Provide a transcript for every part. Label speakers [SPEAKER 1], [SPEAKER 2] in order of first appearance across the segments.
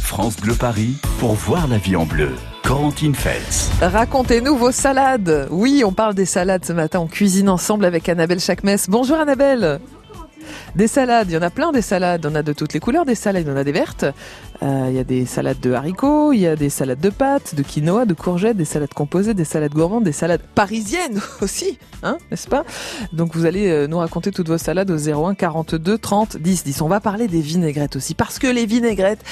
[SPEAKER 1] France Bleu Paris pour voir la vie en bleu. Corentine Feltz.
[SPEAKER 2] Racontez-nous vos salades. Oui, on parle des salades ce matin. On cuisine ensemble avec Annabelle Chakmes. Bonjour Annabelle. Des salades, il y en a plein des salades. On a de toutes les couleurs des salades. Il y en a des vertes. Euh, il y a des salades de haricots. Il y a des salades de pâtes, de quinoa, de courgettes, des salades composées, des salades gourmandes, des salades parisiennes aussi, hein, n'est-ce pas Donc vous allez euh, nous raconter toutes vos salades au 01 42 30 10 10. On va parler des vinaigrettes aussi parce que les vinaigrettes,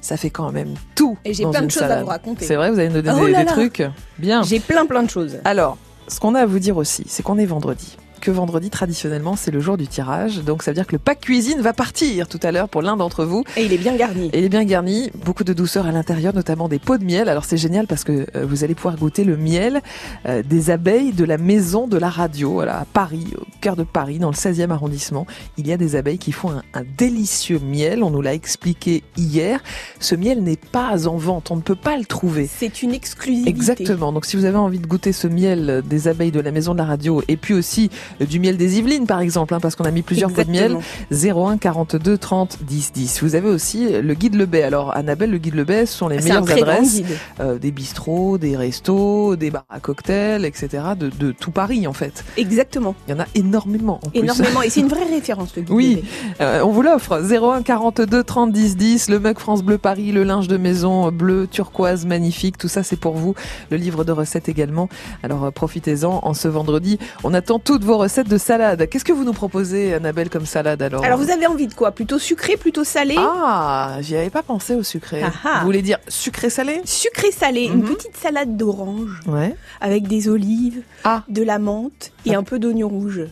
[SPEAKER 2] ça fait quand même tout.
[SPEAKER 3] Et j'ai
[SPEAKER 2] dans
[SPEAKER 3] plein de
[SPEAKER 2] une
[SPEAKER 3] choses à
[SPEAKER 2] salade.
[SPEAKER 3] vous raconter.
[SPEAKER 2] C'est vrai, vous allez nous donner
[SPEAKER 3] Oh
[SPEAKER 2] des,
[SPEAKER 3] là
[SPEAKER 2] des
[SPEAKER 3] là.
[SPEAKER 2] trucs. Bien.
[SPEAKER 3] J'ai plein plein de choses.
[SPEAKER 2] Alors, ce qu'on a à vous dire aussi, c'est qu'on est vendredi. Que vendredi, traditionnellement, c'est le jour du tirage. Donc, ça veut dire que le pack cuisine va partir tout à l'heure pour l'un d'entre vous.
[SPEAKER 3] Et il est bien garni.
[SPEAKER 2] Et il est bien garni, beaucoup de douceur à l'intérieur, notamment des pots de miel. Alors, c'est génial parce que euh, vous allez pouvoir goûter le miel euh, des abeilles de la maison de la radio. Voilà, à Paris, au cœur de Paris, dans le 16e arrondissement. Il y a des abeilles qui font un, un délicieux miel. On nous l'a expliqué hier. Ce miel n'est pas en vente. On ne peut pas le trouver.
[SPEAKER 3] C'est une exclusivité.
[SPEAKER 2] Exactement. Donc, si vous avez envie de goûter ce miel euh, des abeilles de la maison de la radio et puis aussi euh, du miel des Yvelines, par exemple, hein, parce qu'on a mis plusieurs pots de miel,
[SPEAKER 3] Exactement.
[SPEAKER 2] 01 42 30 10 10. Vous avez aussi euh, le guide Le Bay. Alors, Annabelle, le guide Le Bay, ce sont les
[SPEAKER 3] Ah, C'est un
[SPEAKER 2] meilleures
[SPEAKER 3] très grand
[SPEAKER 2] adresses,
[SPEAKER 3] guide.
[SPEAKER 2] euh, des bistrots, des restos, des bars à cocktails, etc., de, de tout Paris, en fait.
[SPEAKER 3] Exactement.
[SPEAKER 2] Il y en a énormément, en plus.
[SPEAKER 3] Énormément. Et c'est une vraie référence, le guide.
[SPEAKER 2] Oui.
[SPEAKER 3] bébé.
[SPEAKER 2] Euh, on vous l'offre 01 42 30 10 10 le mug France Bleu Paris le linge de maison euh, bleu turquoise magnifique tout ça c'est pour vous le livre de recettes également alors euh, profitez-en en ce vendredi on attend toutes vos recettes de salade qu'est-ce que vous nous proposez Annabelle comme salade alors
[SPEAKER 3] Alors, vous avez envie de quoi Plutôt sucré, plutôt salé
[SPEAKER 2] ah j'y avais pas pensé au sucré
[SPEAKER 3] Ah ah.
[SPEAKER 2] vous voulez dire sucré salé
[SPEAKER 3] Sucré salé, une
[SPEAKER 2] Mhm.
[SPEAKER 3] petite salade d'orange
[SPEAKER 2] ouais
[SPEAKER 3] avec des olives,
[SPEAKER 2] Ah.
[SPEAKER 3] de la menthe et un peu d'oignon rouge.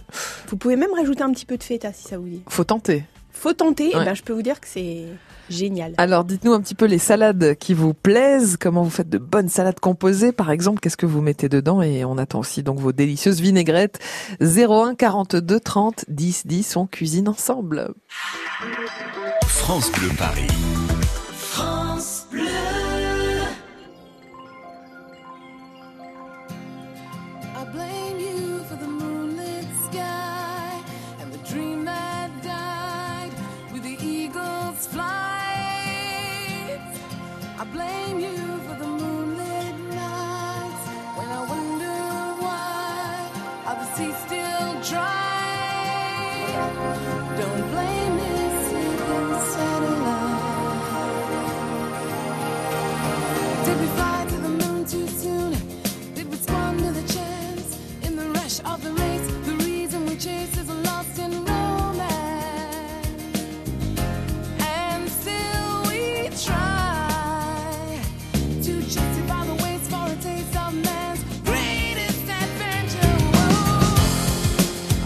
[SPEAKER 3] Vous pouvez même rajouter un petit peu de feta si ça vous dit.
[SPEAKER 2] faut tenter
[SPEAKER 3] Faut tenter, et
[SPEAKER 2] Ouais.
[SPEAKER 3] ben, je peux vous dire que c'est génial.
[SPEAKER 2] alors dites-nous un petit peu les salades qui vous plaisent comment vous faites de bonnes salades composées par exemple qu'est-ce que vous mettez dedans et on attend aussi donc vos délicieuses vinaigrettes 01 42 30 10 10 on cuisine ensemble
[SPEAKER 1] France Bleu Paris.
[SPEAKER 4] I blame you for the moonlit sky and the dream that died with the eagle's flight. I blame you for the moonlit nights when I wonder why are the seas still dry. Don't blame me, sleeping satellite. Did we fly to the moon too soon? Did we squander the chance in the rush of the race? The reason we chase is lost in romance. And still we try to justify the waste for a taste of man's greatest adventure. Whoa.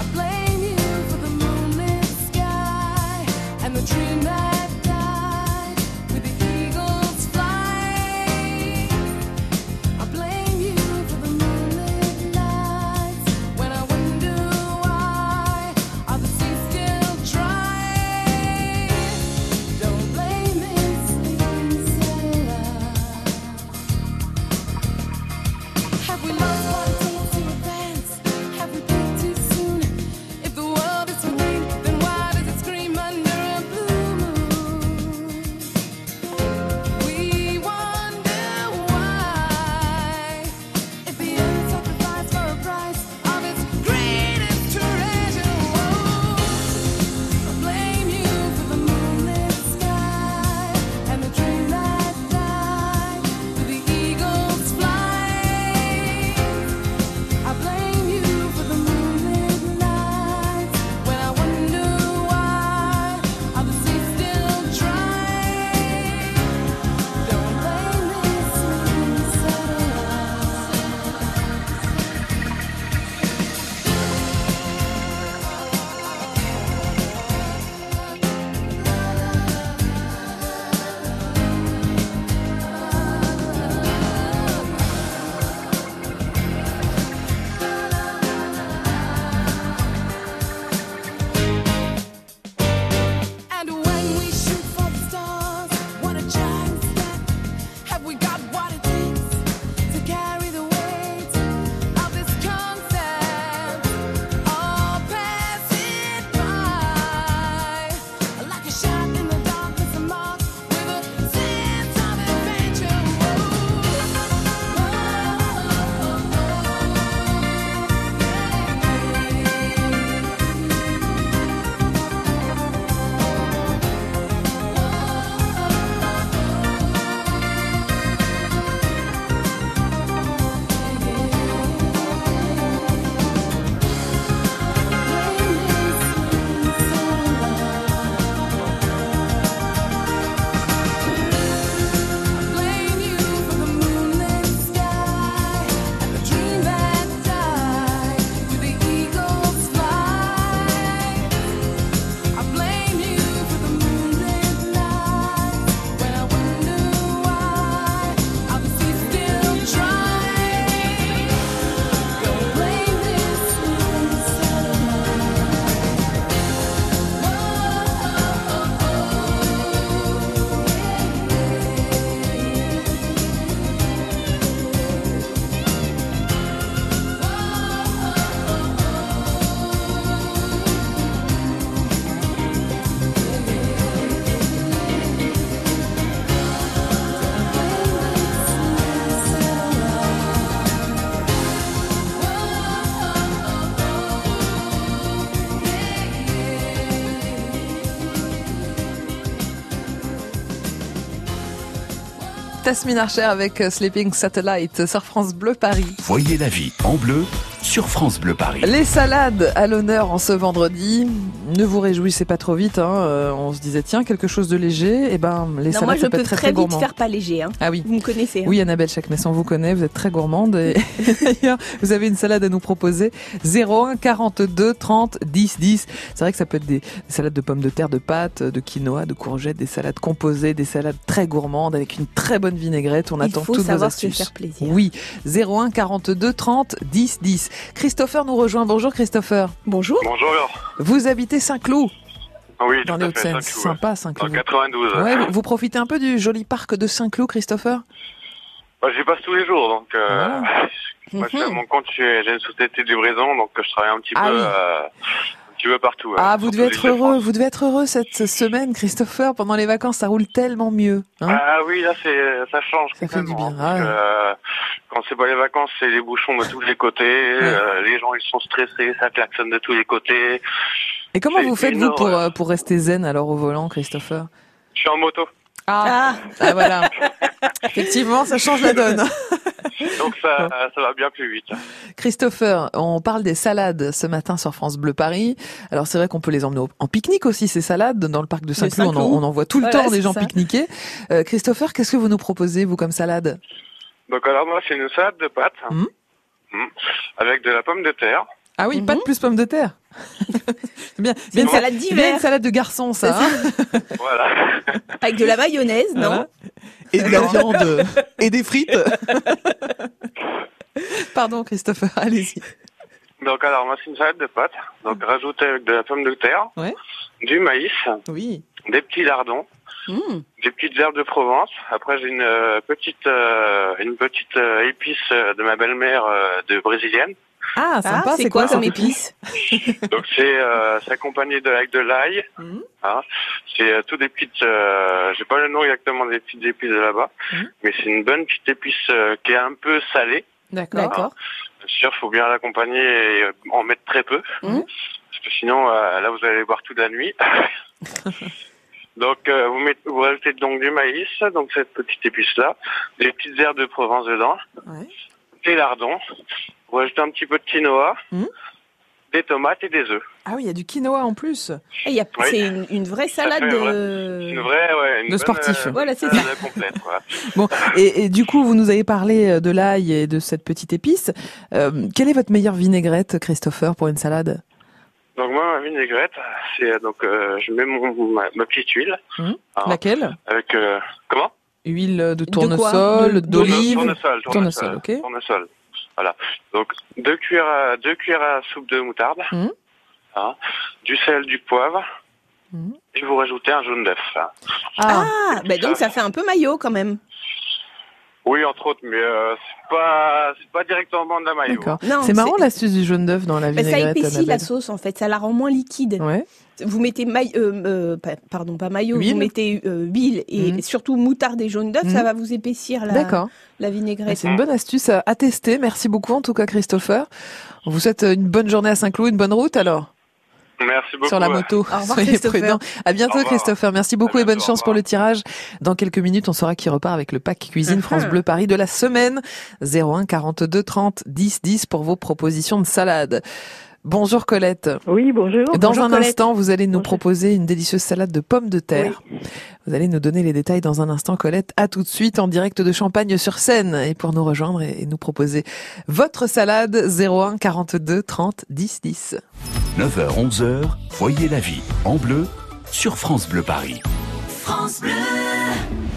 [SPEAKER 4] I blame you for the moonlit sky and the dream that died with the eagle's flight.
[SPEAKER 2] Tasmin Archer avec euh, Sleeping Satellite sur France Bleu Paris.
[SPEAKER 1] Voyez la vie en bleu sur France Bleu Paris.
[SPEAKER 2] Les salades à l'honneur en ce vendredi. Ne vous réjouissez pas trop vite. hein. Euh, on se disait tiens quelque chose de léger. Et ben les
[SPEAKER 3] non,
[SPEAKER 2] salades
[SPEAKER 3] moi,
[SPEAKER 2] ça
[SPEAKER 3] je
[SPEAKER 2] peut
[SPEAKER 3] peux
[SPEAKER 2] être très
[SPEAKER 3] très,
[SPEAKER 2] très
[SPEAKER 3] vite
[SPEAKER 2] gourmand.
[SPEAKER 3] faire pas léger. hein.
[SPEAKER 2] Ah oui.
[SPEAKER 3] Vous me connaissez. hein.
[SPEAKER 2] Oui, Annabelle Chacmesson, vous connaît, vous êtes très gourmande. Et d'ailleurs, vous avez une salade à nous proposer. 01 42 30 10 10. C'est vrai que ça peut être des salades de pommes de terre, de pâtes, de quinoa, de courgettes, des salades composées, des salades très gourmandes avec une très bonne vinaigrette. On
[SPEAKER 3] Il
[SPEAKER 2] attend
[SPEAKER 3] faut
[SPEAKER 2] toutes vos
[SPEAKER 3] savoir se
[SPEAKER 2] astuces.
[SPEAKER 3] faire plaisir.
[SPEAKER 2] Oui, 01 42 30 10 10. Christopher nous rejoint. Bonjour Christopher.
[SPEAKER 3] Bonjour.
[SPEAKER 5] Bonjour. Laure.
[SPEAKER 2] Vous habitez Saint-Cloud
[SPEAKER 5] Oui,
[SPEAKER 2] dans
[SPEAKER 5] tout
[SPEAKER 2] les
[SPEAKER 5] à fait,
[SPEAKER 2] Hauts-de-Seine.
[SPEAKER 5] ça, tu vois.
[SPEAKER 2] Sympa
[SPEAKER 5] En
[SPEAKER 2] Saint-Cloud.
[SPEAKER 5] 92.
[SPEAKER 2] Ouais, vous- vous profitez un peu du joli parc de Saint-Cloud, Christopher
[SPEAKER 5] Bah, j'y passe tous les jours, donc euh,
[SPEAKER 2] Ah.
[SPEAKER 5] moi, je suis à mon compte, je suis- j'ai une société de livraison, donc je travaille un petit
[SPEAKER 2] Mhm. Ah
[SPEAKER 5] peu,
[SPEAKER 2] oui.
[SPEAKER 5] euh, un petit peu partout.
[SPEAKER 2] Ah,
[SPEAKER 5] euh,
[SPEAKER 2] vous
[SPEAKER 5] surtout
[SPEAKER 2] devez être heureux,
[SPEAKER 5] l'Île-de-France.
[SPEAKER 2] vous devez être heureux cette semaine, Christopher. Pendant les vacances, ça roule tellement mieux. hein.
[SPEAKER 5] Ah oui, là, c'est, ça change.
[SPEAKER 2] Ça fait du
[SPEAKER 5] complètement, hein,
[SPEAKER 2] bien,
[SPEAKER 5] parce
[SPEAKER 2] ouais.
[SPEAKER 5] que, euh, quand c'est pas les vacances, c'est les bouchons de tous les côtés. euh, les gens, ils sont stressés, ça klaxonne de tous les côtés.
[SPEAKER 2] Et comment
[SPEAKER 5] c'est
[SPEAKER 2] vous faites vous pour,
[SPEAKER 5] énorme.
[SPEAKER 2] euh, pour rester zen alors au volant, Christopher
[SPEAKER 5] Je suis en moto,
[SPEAKER 3] Ah,
[SPEAKER 2] Ah, voilà. Effectivement, ça change la donne.
[SPEAKER 5] donc ça, ça va bien plus vite.
[SPEAKER 2] Christopher, on parle des salades ce matin sur France Bleu Paris. Alors c'est vrai qu'on peut les emmener au- en pique-nique aussi ces salades dans le parc de Saint-Cloud. On, en-
[SPEAKER 3] Saint-Cloud.
[SPEAKER 2] on en voit tout le
[SPEAKER 3] Voilà,
[SPEAKER 2] temps des
[SPEAKER 3] c'est
[SPEAKER 2] gens
[SPEAKER 3] ça.
[SPEAKER 2] pique-niquer. Euh, Christopher, qu'est-ce que vous nous proposez vous comme salade
[SPEAKER 5] Donc alors moi, c'est une salade de pâtes
[SPEAKER 2] Mhm.
[SPEAKER 5] Mhm. avec de la pomme de terre.
[SPEAKER 2] Ah oui,
[SPEAKER 3] Mhm.
[SPEAKER 2] pas de plus pommes de terre. C'est bien,
[SPEAKER 3] c'est
[SPEAKER 2] bien,
[SPEAKER 3] une salade
[SPEAKER 2] c'est bien une
[SPEAKER 3] d'hiver
[SPEAKER 2] salade de garçon ça.
[SPEAKER 3] C'est ça.
[SPEAKER 2] hein.
[SPEAKER 5] Voilà.
[SPEAKER 3] avec de la mayonnaise, non
[SPEAKER 2] Voilà. Et de la viande. Euh, Et des frites. Pardon, Christopher, allez-y.
[SPEAKER 5] Donc alors, moi, c'est une salade de pâtes. Donc rajoutée avec de la pomme de terre,
[SPEAKER 2] Ouais.
[SPEAKER 5] du maïs,
[SPEAKER 2] Oui.
[SPEAKER 5] des petits lardons,
[SPEAKER 3] Mmh.
[SPEAKER 5] des petites herbes de Provence. Après, j'ai une euh, petite euh, une petite euh, épice euh, de ma belle-mère euh, de brésilienne.
[SPEAKER 2] Ah, sympa,
[SPEAKER 3] Ah, c'est quoi
[SPEAKER 2] ça
[SPEAKER 3] comme épice
[SPEAKER 5] Donc c'est euh, c'est accompagné de avec de l'ail.
[SPEAKER 2] Mhm.
[SPEAKER 5] hein. C'est euh, tout des petites. Euh, j'ai pas le nom exactement des petites épices de là-bas,
[SPEAKER 2] Mhm.
[SPEAKER 5] mais c'est une bonne petite épice euh, qui est un peu salée.
[SPEAKER 2] D'accord.
[SPEAKER 3] D'accord.
[SPEAKER 5] Bien sûr, faut bien l'accompagner et euh, en mettre très peu.
[SPEAKER 3] Mhm.
[SPEAKER 5] Parce que sinon, euh, là, vous allez boire toute la nuit. donc, euh, vous, mettez, vous rajoutez donc du maïs, donc cette petite épice-là, des petites herbes de Provence dedans,
[SPEAKER 2] Ouais.
[SPEAKER 5] des lardons, vous rajoutez un petit peu de quinoa,
[SPEAKER 2] Mhm.
[SPEAKER 5] des tomates et des œufs.
[SPEAKER 2] Ah oui, il y a du quinoa en plus.
[SPEAKER 3] Eh, il y a-
[SPEAKER 5] Oui.
[SPEAKER 3] C'est une, une vraie salade.
[SPEAKER 5] fait vrai.
[SPEAKER 3] euh,
[SPEAKER 5] Une vraie, ouais, une
[SPEAKER 2] de
[SPEAKER 5] bonne,
[SPEAKER 2] sportif.
[SPEAKER 5] euh,
[SPEAKER 3] Voilà, c'est ça.
[SPEAKER 5] salade complète, quoi.
[SPEAKER 2] Bon, et, et du coup, vous nous avez parlé euh, de l'ail et de cette petite épice. Euh, quelle est votre meilleure vinaigrette, Christopher, pour une salade
[SPEAKER 5] Donc moi, ma vinaigrette, c'est euh, donc euh, je mets mon, ma, ma petite huile
[SPEAKER 2] Mhm.
[SPEAKER 5] hein,
[SPEAKER 2] Laquelle
[SPEAKER 5] avec euh, comment
[SPEAKER 2] Huile de
[SPEAKER 3] quoi
[SPEAKER 2] tournesol,
[SPEAKER 3] De-
[SPEAKER 2] d'olive.
[SPEAKER 5] Tournesol, tournesol,
[SPEAKER 2] Tournesol, ok.
[SPEAKER 5] tournesol. Voilà. Donc deux cuillères à, deux cuillères à soupe de moutarde,
[SPEAKER 2] Mhm.
[SPEAKER 5] hein, du sel, du poivre,
[SPEAKER 2] Mhm.
[SPEAKER 5] et vous rajoutez un jaune d'œuf.
[SPEAKER 2] Ah,
[SPEAKER 3] Ah, bah donc ça fait un peu maillot quand même.
[SPEAKER 5] Oui, entre autres, mais euh, c'est pas c'est pas directement de la mayo.
[SPEAKER 2] d'accord.
[SPEAKER 3] Non,
[SPEAKER 2] C'est marrant
[SPEAKER 3] c'est-
[SPEAKER 2] l'astuce du jaune d'œuf dans la
[SPEAKER 3] Bah, ça
[SPEAKER 2] vinaigrette.
[SPEAKER 3] épaissit la
[SPEAKER 2] Annabelle.
[SPEAKER 3] sauce en fait, ça la rend moins liquide.
[SPEAKER 2] Ouais.
[SPEAKER 3] Vous mettez maille, euh, euh, pa- pardon pas maillot,
[SPEAKER 2] Huile.
[SPEAKER 3] vous mettez euh, huile et
[SPEAKER 2] Mhm.
[SPEAKER 3] surtout moutarde et jaune d'œuf,
[SPEAKER 2] Mhm.
[SPEAKER 3] ça va vous épaissir la,
[SPEAKER 2] D'accord.
[SPEAKER 3] la
[SPEAKER 2] Mais
[SPEAKER 3] vinaigrette.
[SPEAKER 2] Ah, C'est une bonne astuce à, à tester. Merci beaucoup en tout cas Christopher. On vous souhaite euh, une bonne journée à Saint-Cloud, une bonne route alors
[SPEAKER 5] Merci beaucoup.
[SPEAKER 2] sur la
[SPEAKER 5] ouais.
[SPEAKER 2] moto.
[SPEAKER 3] revoir,
[SPEAKER 2] Soyez
[SPEAKER 3] Christopher.
[SPEAKER 2] prudents. À bientôt
[SPEAKER 5] Au revoir.
[SPEAKER 2] Christopher. Merci beaucoup
[SPEAKER 5] À
[SPEAKER 2] et bonne
[SPEAKER 5] bientôt,
[SPEAKER 2] chance
[SPEAKER 5] au
[SPEAKER 2] pour
[SPEAKER 5] revoir.
[SPEAKER 2] le tirage. Dans quelques minutes, on saura qui repart avec le pack cuisine
[SPEAKER 3] Mhm.
[SPEAKER 2] France Bleu Paris de la semaine 01 42 30 10 10 pour vos propositions de salade. Bonjour Colette.
[SPEAKER 6] Oui, bonjour.
[SPEAKER 2] Dans
[SPEAKER 3] Bonjour,
[SPEAKER 2] un
[SPEAKER 3] Colette.
[SPEAKER 2] instant, vous allez nous
[SPEAKER 6] Bonjour.
[SPEAKER 2] proposer une délicieuse salade de pommes de terre. Vous allez nous donner les détails dans un instant, Colette. À tout de suite en direct de Champagne sur Seine et pour nous rejoindre et et nous proposer votre salade 01 42 30 10 10.
[SPEAKER 1] 9h, 11h, voyez la vie en bleu sur France Bleu Paris.
[SPEAKER 4] France Bleu.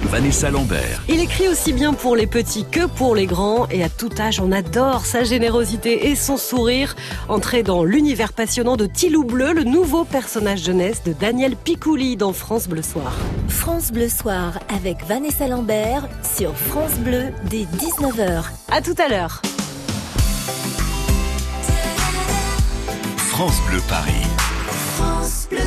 [SPEAKER 1] Vanessa Lambert,
[SPEAKER 7] Il écrit aussi bien pour les petits que pour les grands et à tout âge on adore sa générosité et son sourire. Entré dans l'univers passionnant de Tilou Bleu, le nouveau personnage jeunesse de Daniel Picouli dans France Bleu Soir.
[SPEAKER 8] France Bleu Soir avec Vanessa Lambert sur France Bleu dès 19h.
[SPEAKER 7] À tout à l'heure.
[SPEAKER 1] France Bleu Paris.
[SPEAKER 4] France Bleu.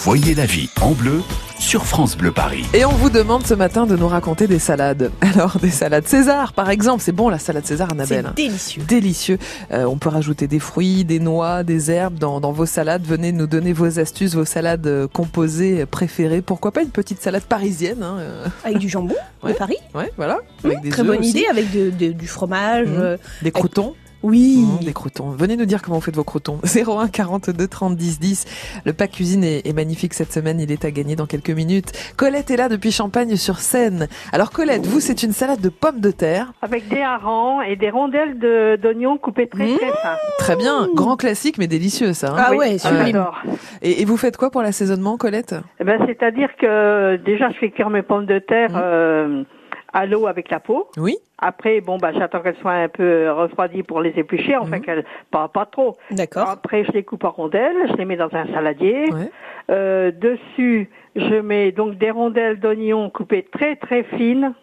[SPEAKER 1] Voyez la vie en bleu sur France Bleu Paris.
[SPEAKER 2] Et on vous demande ce matin de nous raconter des salades. Alors, des salades César, par exemple. C'est bon, la salade César, Annabelle. hein.
[SPEAKER 3] C'est délicieux.
[SPEAKER 2] délicieux. Euh, on peut rajouter des fruits, des noix, des herbes dans, dans vos salades. Venez nous donner vos astuces, vos salades euh, composées préférées. Pourquoi pas une petite salade parisienne hein, euh,
[SPEAKER 3] Avec du jambon
[SPEAKER 2] Ouais.
[SPEAKER 3] de Paris. Mm,
[SPEAKER 2] Ouais, voilà. Avec des
[SPEAKER 3] Très
[SPEAKER 2] œufs
[SPEAKER 3] bonne
[SPEAKER 2] aussi.
[SPEAKER 3] idée avec de- de- du fromage.
[SPEAKER 2] Mhm.
[SPEAKER 3] euh,
[SPEAKER 2] Des croutons.
[SPEAKER 3] oui.
[SPEAKER 2] Mmh, des croutons. Venez nous dire comment vous faites vos croutons. 01 42 30 10 10. Le pack cuisine est, est magnifique cette semaine. Il est à gagner dans quelques minutes. Colette est là depuis Champagne sur Seine. Alors Colette, vous, c'est une salade de pommes de terre.
[SPEAKER 6] avec des harengs et des rondelles de- d'oignons coupées très très fins.
[SPEAKER 2] Très bien. Grand classique, mais délicieux ça. hein.
[SPEAKER 3] Ah
[SPEAKER 6] Oui,
[SPEAKER 3] ouais, sublime.
[SPEAKER 6] J'adore.
[SPEAKER 2] Et, et vous faites quoi pour l'assaisonnement, Colette
[SPEAKER 6] Eh ben, C'est-à-dire que déjà, je fais cuire mes pommes de terre euh, à l'eau avec la peau.
[SPEAKER 2] Oui.
[SPEAKER 6] Après, bon, bah, j'attends qu'elles soient un peu refroidies pour les éplucher, enfin
[SPEAKER 2] Mhm.
[SPEAKER 6] qu'elles pas pas trop.
[SPEAKER 3] D'accord.
[SPEAKER 6] Après, je les coupe en rondelles, je les mets dans un saladier.
[SPEAKER 2] Ouais.
[SPEAKER 6] Euh, dessus, je mets donc des rondelles d'oignons coupées très très fines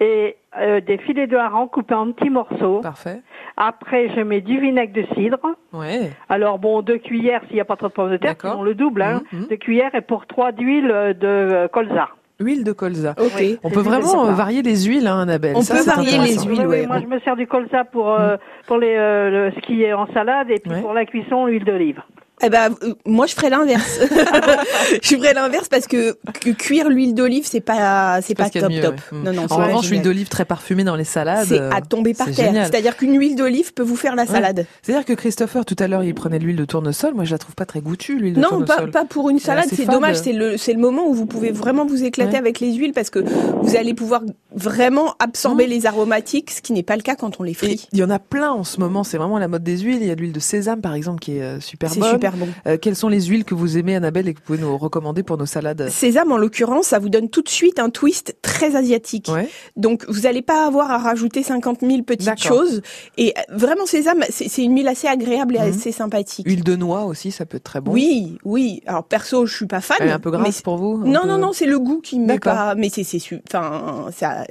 [SPEAKER 6] et euh, des filets de harengs coupés en petits morceaux.
[SPEAKER 2] Parfait.
[SPEAKER 6] Après, je mets du vinaigre de cidre.
[SPEAKER 2] Ouais.
[SPEAKER 6] Alors bon, deux cuillères s'il n'y a pas trop de pommes de terre,
[SPEAKER 2] D'accord.
[SPEAKER 6] sinon le double, hein,
[SPEAKER 2] Mhm, mhm.
[SPEAKER 6] deux cuillères et pour trois d'huile euh, de euh, colza.
[SPEAKER 2] Huile de colza.
[SPEAKER 3] Ok.
[SPEAKER 2] On peut
[SPEAKER 6] C'est
[SPEAKER 2] vraiment
[SPEAKER 3] sympa.
[SPEAKER 2] euh, varier les huiles, hein, Annabelle.
[SPEAKER 3] On
[SPEAKER 2] Ça,
[SPEAKER 3] peut
[SPEAKER 2] c'est
[SPEAKER 3] varier les
[SPEAKER 2] intéressant.
[SPEAKER 3] huiles.
[SPEAKER 6] Oui, oui,
[SPEAKER 3] ouais,
[SPEAKER 6] moi
[SPEAKER 3] bon.
[SPEAKER 6] je me sers du colza pour euh, pour les euh, le- ce qui est en salade et puis
[SPEAKER 2] Ouais.
[SPEAKER 6] pour la cuisson l'huile d'olive.
[SPEAKER 3] Eh ben, euh, moi, je ferais l'inverse. je ferais l'inverse parce que cu- cuire l'huile d'olive, c'est pas, c'est
[SPEAKER 2] Parce
[SPEAKER 3] pas
[SPEAKER 2] qu'il y a
[SPEAKER 3] top
[SPEAKER 2] de mieux,
[SPEAKER 3] top.
[SPEAKER 2] ouais. Mm.
[SPEAKER 3] Non, non, c'est pas
[SPEAKER 2] En revanche,
[SPEAKER 3] génial.
[SPEAKER 2] l'huile d'olive très parfumée dans les salades.
[SPEAKER 3] c'est
[SPEAKER 2] euh,
[SPEAKER 3] à tomber par
[SPEAKER 2] c'est
[SPEAKER 3] terre.
[SPEAKER 2] génial.
[SPEAKER 3] C'est-à-dire qu'une huile d'olive peut vous faire la salade.
[SPEAKER 2] C'est-à-dire que Christopher, tout à l'heure, il prenait de l'huile de tournesol. Moi, je la trouve pas très goûtue, l'huile de
[SPEAKER 3] Non, pas,
[SPEAKER 2] tournesol.
[SPEAKER 3] pas pour une salade,
[SPEAKER 2] assez
[SPEAKER 3] c'est
[SPEAKER 2] fade.
[SPEAKER 3] dommage. C'est le, c'est le moment où vous pouvez vraiment vous éclater
[SPEAKER 2] Ouais.
[SPEAKER 3] avec les huiles parce que vous allez pouvoir vraiment absorber les aromatiques, ce qui n'est pas le cas quand on les
[SPEAKER 2] Mmh. Et
[SPEAKER 3] frit.
[SPEAKER 2] il y en a plein en ce moment. C'est vraiment la mode des huiles. Il y a de l'huile de sésame, par exemple, qui est euh, super
[SPEAKER 3] C'est
[SPEAKER 2] bonne.
[SPEAKER 3] super bon.
[SPEAKER 2] Euh, quelles sont les huiles que vous aimez, Annabelle, et que vous pouvez nous recommander pour nos salades
[SPEAKER 3] Sésame, en l'occurrence, ça vous donne tout de suite un twist très asiatique.
[SPEAKER 2] Ouais.
[SPEAKER 3] Donc, vous n'allez pas avoir à rajouter 50 000 petites
[SPEAKER 2] D'accord.
[SPEAKER 3] choses. Et euh, vraiment, sésame, c'est c'est une huile assez agréable et
[SPEAKER 2] Mhm.
[SPEAKER 3] assez sympathique.
[SPEAKER 2] Huile de noix aussi, ça peut être très Ah bon.
[SPEAKER 3] Oui, oui. Alors, perso, je suis pas fan.
[SPEAKER 2] Elle est un peu
[SPEAKER 3] mais
[SPEAKER 2] grasse
[SPEAKER 3] c'est-
[SPEAKER 2] pour vous un
[SPEAKER 3] Non,
[SPEAKER 2] peu-
[SPEAKER 3] non, non, c'est le goût qui me met
[SPEAKER 2] D'accord.
[SPEAKER 3] pas. Mais c'est, c'est, su- enfin, ça,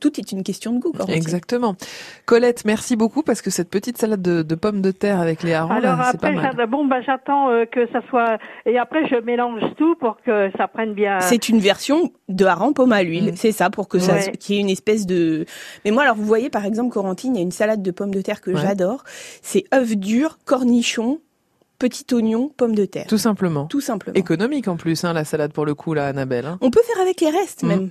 [SPEAKER 3] tout est une question de goût, quand même.
[SPEAKER 2] Exactement. Colette, merci beaucoup parce que cette petite salade de, de pommes de terre avec les harengs,
[SPEAKER 6] Alors
[SPEAKER 2] là, c'est pas
[SPEAKER 6] après,
[SPEAKER 2] mal.
[SPEAKER 6] j'attends- bon bah j'attends euh, que ça soit et après je mélange tout pour que ça prenne bien.
[SPEAKER 3] C'est une version de hareng pomme à l'huile,
[SPEAKER 2] Ah. Mm.
[SPEAKER 3] c'est ça, pour que ça,
[SPEAKER 6] Ouais.
[SPEAKER 3] se- qu'il y ait une espèce de. Mais moi, alors, vous voyez, par exemple, Corentine, il y a une salade de pommes de terre que
[SPEAKER 2] Ouais.
[SPEAKER 3] j'adore. C'est œufs durs, cornichons, petit oignon, pommes de terre. Tout,
[SPEAKER 2] Tout simplement.
[SPEAKER 3] simplement.
[SPEAKER 2] Économique en plus, hein, la salade pour le coup, là, Annabelle. hein.
[SPEAKER 3] On peut faire avec les restes,
[SPEAKER 2] Mm.
[SPEAKER 3] même.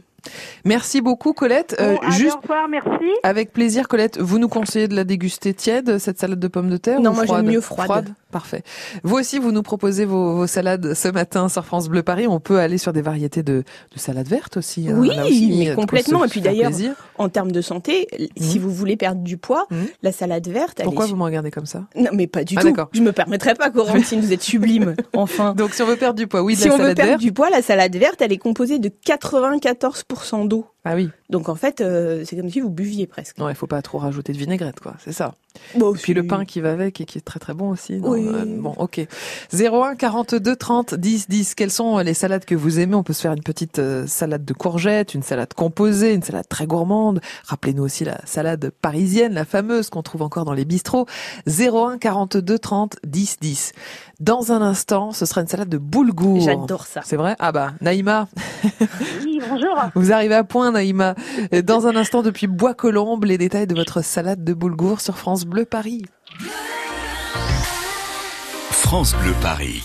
[SPEAKER 2] Merci beaucoup, Colette. Euh,
[SPEAKER 6] Bon, allez,
[SPEAKER 2] juste
[SPEAKER 6] au revoir, merci.
[SPEAKER 2] avec plaisir, Colette, vous nous conseillez de la déguster tiède, cette salade de pommes de terre
[SPEAKER 3] Non,
[SPEAKER 2] ou
[SPEAKER 3] moi, j'aime
[SPEAKER 2] froide
[SPEAKER 3] mieux froide.
[SPEAKER 2] Parfait. Vous aussi, vous nous proposez vos, vos salades ce matin sur France Bleu Paris. On peut aller sur des variétés de, de salades vertes aussi. hein.
[SPEAKER 3] Oui,
[SPEAKER 2] Là aussi,
[SPEAKER 3] mais
[SPEAKER 2] de quoi
[SPEAKER 3] complètement.
[SPEAKER 2] se
[SPEAKER 3] Et puis
[SPEAKER 2] faire
[SPEAKER 3] d'ailleurs,
[SPEAKER 2] plaisir.
[SPEAKER 3] En termes de santé, l- si vous voulez perdre du poids,
[SPEAKER 2] Mm.
[SPEAKER 3] la salade verte, elle
[SPEAKER 2] Pourquoi
[SPEAKER 3] est.
[SPEAKER 2] vous me regardez comme ça
[SPEAKER 3] Non, mais pas du
[SPEAKER 2] Ah,
[SPEAKER 3] tout.
[SPEAKER 2] d'accord.
[SPEAKER 3] Je me permettrai pas, Corentine, vous êtes sublime. Enfin.
[SPEAKER 2] Donc, si on veut perdre du poids, oui, de
[SPEAKER 3] si
[SPEAKER 2] la
[SPEAKER 3] on veut
[SPEAKER 2] salade
[SPEAKER 3] perdre
[SPEAKER 2] verte.
[SPEAKER 3] du poids, la salade verte, elle est composée de 94% d'eau.
[SPEAKER 2] Ah oui,
[SPEAKER 3] Donc en fait, euh, c'est comme si vous buviez presque.
[SPEAKER 2] non, il faut pas trop rajouter de vinaigrette, quoi. C'est ça.
[SPEAKER 3] Bon,
[SPEAKER 2] Puis le
[SPEAKER 3] c'est-
[SPEAKER 2] pain qui va avec et qui est très très bon aussi. non
[SPEAKER 3] Oui.
[SPEAKER 2] Euh, bon, ok. 01 42 30 10 10. Quelles sont euh, les salades que vous aimez On peut se faire une petite euh, salade de courgettes, une salade composée, une salade très gourmande. Rappelez-nous aussi la salade parisienne, la fameuse qu'on trouve encore dans les bistrots. 01 42 30 10 10. Dans un instant, ce sera une salade de boulgour.
[SPEAKER 3] J'adore ça.
[SPEAKER 2] C'est vrai Ah bah, Naïma,
[SPEAKER 6] Oui, bonjour.
[SPEAKER 2] vous arrivez à point Naïma. Dans un instant, depuis Bois-Colombes, les détails de votre salade de boulgour sur France Bleu Paris.
[SPEAKER 1] France Bleu Paris.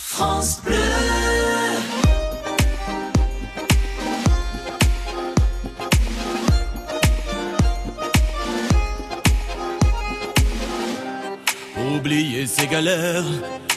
[SPEAKER 9] Oublier ses galères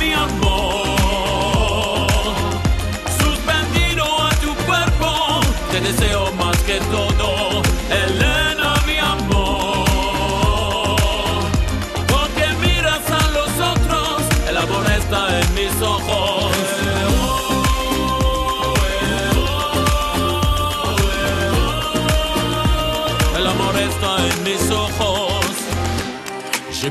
[SPEAKER 9] mi amor, suspendido a tu cuerpo, te deseo más que todo. Elena, mi amor, porque miras a los otros, el amor está en mis ojos. Eh, oh, eh, oh. aimé Soros. J'ai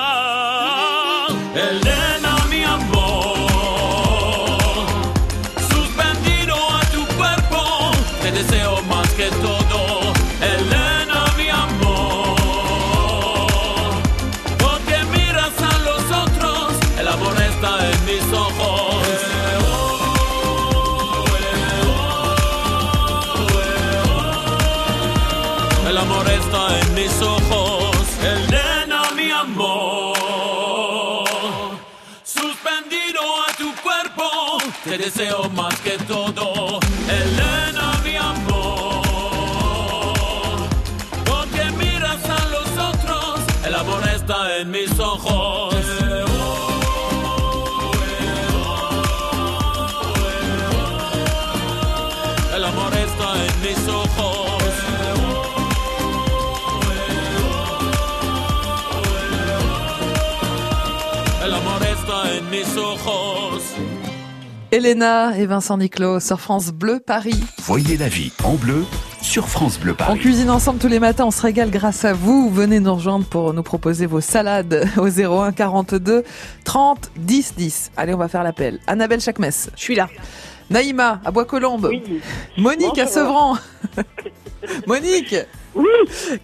[SPEAKER 9] Elena, mi amor. Suspendido a tu cuerpo. Te deseo más que todo. Elena, mi amor. Porque miras a los otros. El amor está en mis ojos. El amor está en mis ojos. Elena, mi amor. Suspendido a tu cuerpo. Te deseo más que todo. Elena, mi amor. Porque miras a los otros. El amor está en mis ojos. El amor está en mis ojos. El amor está en mis ojos.
[SPEAKER 2] Elena et Vincent Niclot sur France Bleu Paris.
[SPEAKER 1] Voyez la vie en bleu sur France Bleu
[SPEAKER 2] On
[SPEAKER 1] Paris.
[SPEAKER 2] cuisine ensemble tous les matins, on se régale grâce à vous. Venez nous rejoindre pour nous proposer vos salades au 01 42 30 10 10. Allez, on va faire l'appel. Annabelle Chakmes,
[SPEAKER 3] Je suis là.
[SPEAKER 2] Naïma à Bois-Colombes, Monique à Sevran, Monique,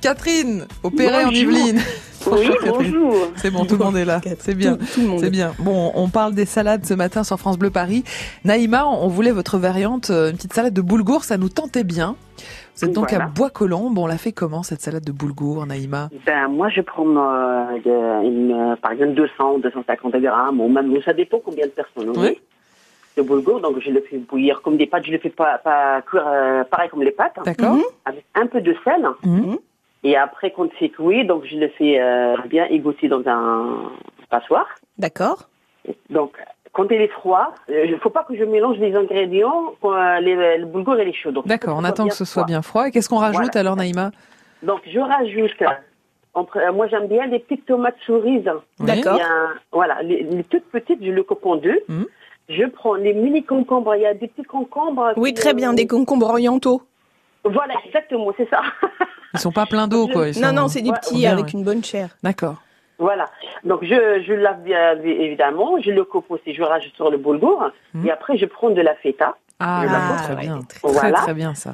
[SPEAKER 2] Catherine au Perret en Yvelines.
[SPEAKER 10] Oui,
[SPEAKER 2] Bonjour, Catherine.
[SPEAKER 10] bonjour.
[SPEAKER 2] C'est bon, tout le monde est là. C'est bien.
[SPEAKER 3] Tout, tout le monde.
[SPEAKER 2] C'est bien. Bon, on parle des salades ce matin sur France Bleu Paris. Naïma, on voulait votre variante, euh, une petite salade de boulgour, ça nous tentait bien. Vous êtes donc à
[SPEAKER 10] Voilà.
[SPEAKER 2] Bois-Colombes, on la fait comment cette salade de boulgour, Naïma
[SPEAKER 10] Ben, moi, je prends, euh, de- une, euh, par exemple, 200, 250 grammes, ou même, ça dépend combien de personnes on
[SPEAKER 2] Oui.
[SPEAKER 10] est. Le boulgour, donc je le fais bouillir comme des pâtes, je le fais pas, pas cuire euh, pareil comme les pâtes,
[SPEAKER 2] D'accord
[SPEAKER 10] avec un peu de sel.
[SPEAKER 3] Mmh.
[SPEAKER 2] Mhm.
[SPEAKER 10] Et après, quand c'est cuit, donc je le fais euh, bien égoutter dans un passoire.
[SPEAKER 3] D'accord.
[SPEAKER 10] Donc, quand il est froid, il ne faut pas que je mélange les ingrédients, quand, euh, les- le boulgour et les chauds. Donc,
[SPEAKER 2] D'accord,
[SPEAKER 10] faut
[SPEAKER 2] on attend que ce soit
[SPEAKER 10] froid.
[SPEAKER 2] bien froid. Et qu'est-ce qu'on rajoute
[SPEAKER 10] Voilà.
[SPEAKER 2] alors, Naïma
[SPEAKER 10] Donc, je rajoute, entre, euh, moi j'aime bien les petites tomates cerises.
[SPEAKER 2] Oui.
[SPEAKER 3] D'accord.
[SPEAKER 10] Il y a un- voilà, les, les toutes petites, je le coupe en deux.
[SPEAKER 2] Mhm.
[SPEAKER 10] Je prends les mini concombres. Il y a des petits concombres.
[SPEAKER 3] Oui,
[SPEAKER 10] qui,
[SPEAKER 3] très bien.
[SPEAKER 10] euh,
[SPEAKER 3] Des concombres orientaux.
[SPEAKER 10] Voilà, exactement, c'est ça.
[SPEAKER 2] Ils sont pas pleins d'eau, quoi. ils
[SPEAKER 3] Non,
[SPEAKER 2] sont-
[SPEAKER 3] non, c'est des
[SPEAKER 10] Ouais,
[SPEAKER 3] petits
[SPEAKER 2] bien,
[SPEAKER 3] avec
[SPEAKER 2] ouais.
[SPEAKER 3] une bonne chair.
[SPEAKER 2] D'accord.
[SPEAKER 10] voilà. Donc, je, je lave bien, évidemment. Je le coupe aussi. Je rajoute sur le boulgour.
[SPEAKER 2] Mhm.
[SPEAKER 10] Et après, je prends de la feta.
[SPEAKER 2] Ah,
[SPEAKER 10] Je
[SPEAKER 2] d'accord,
[SPEAKER 3] la
[SPEAKER 2] très
[SPEAKER 3] coupe.
[SPEAKER 2] bien. Très,
[SPEAKER 10] Voilà.
[SPEAKER 2] très bien, ça.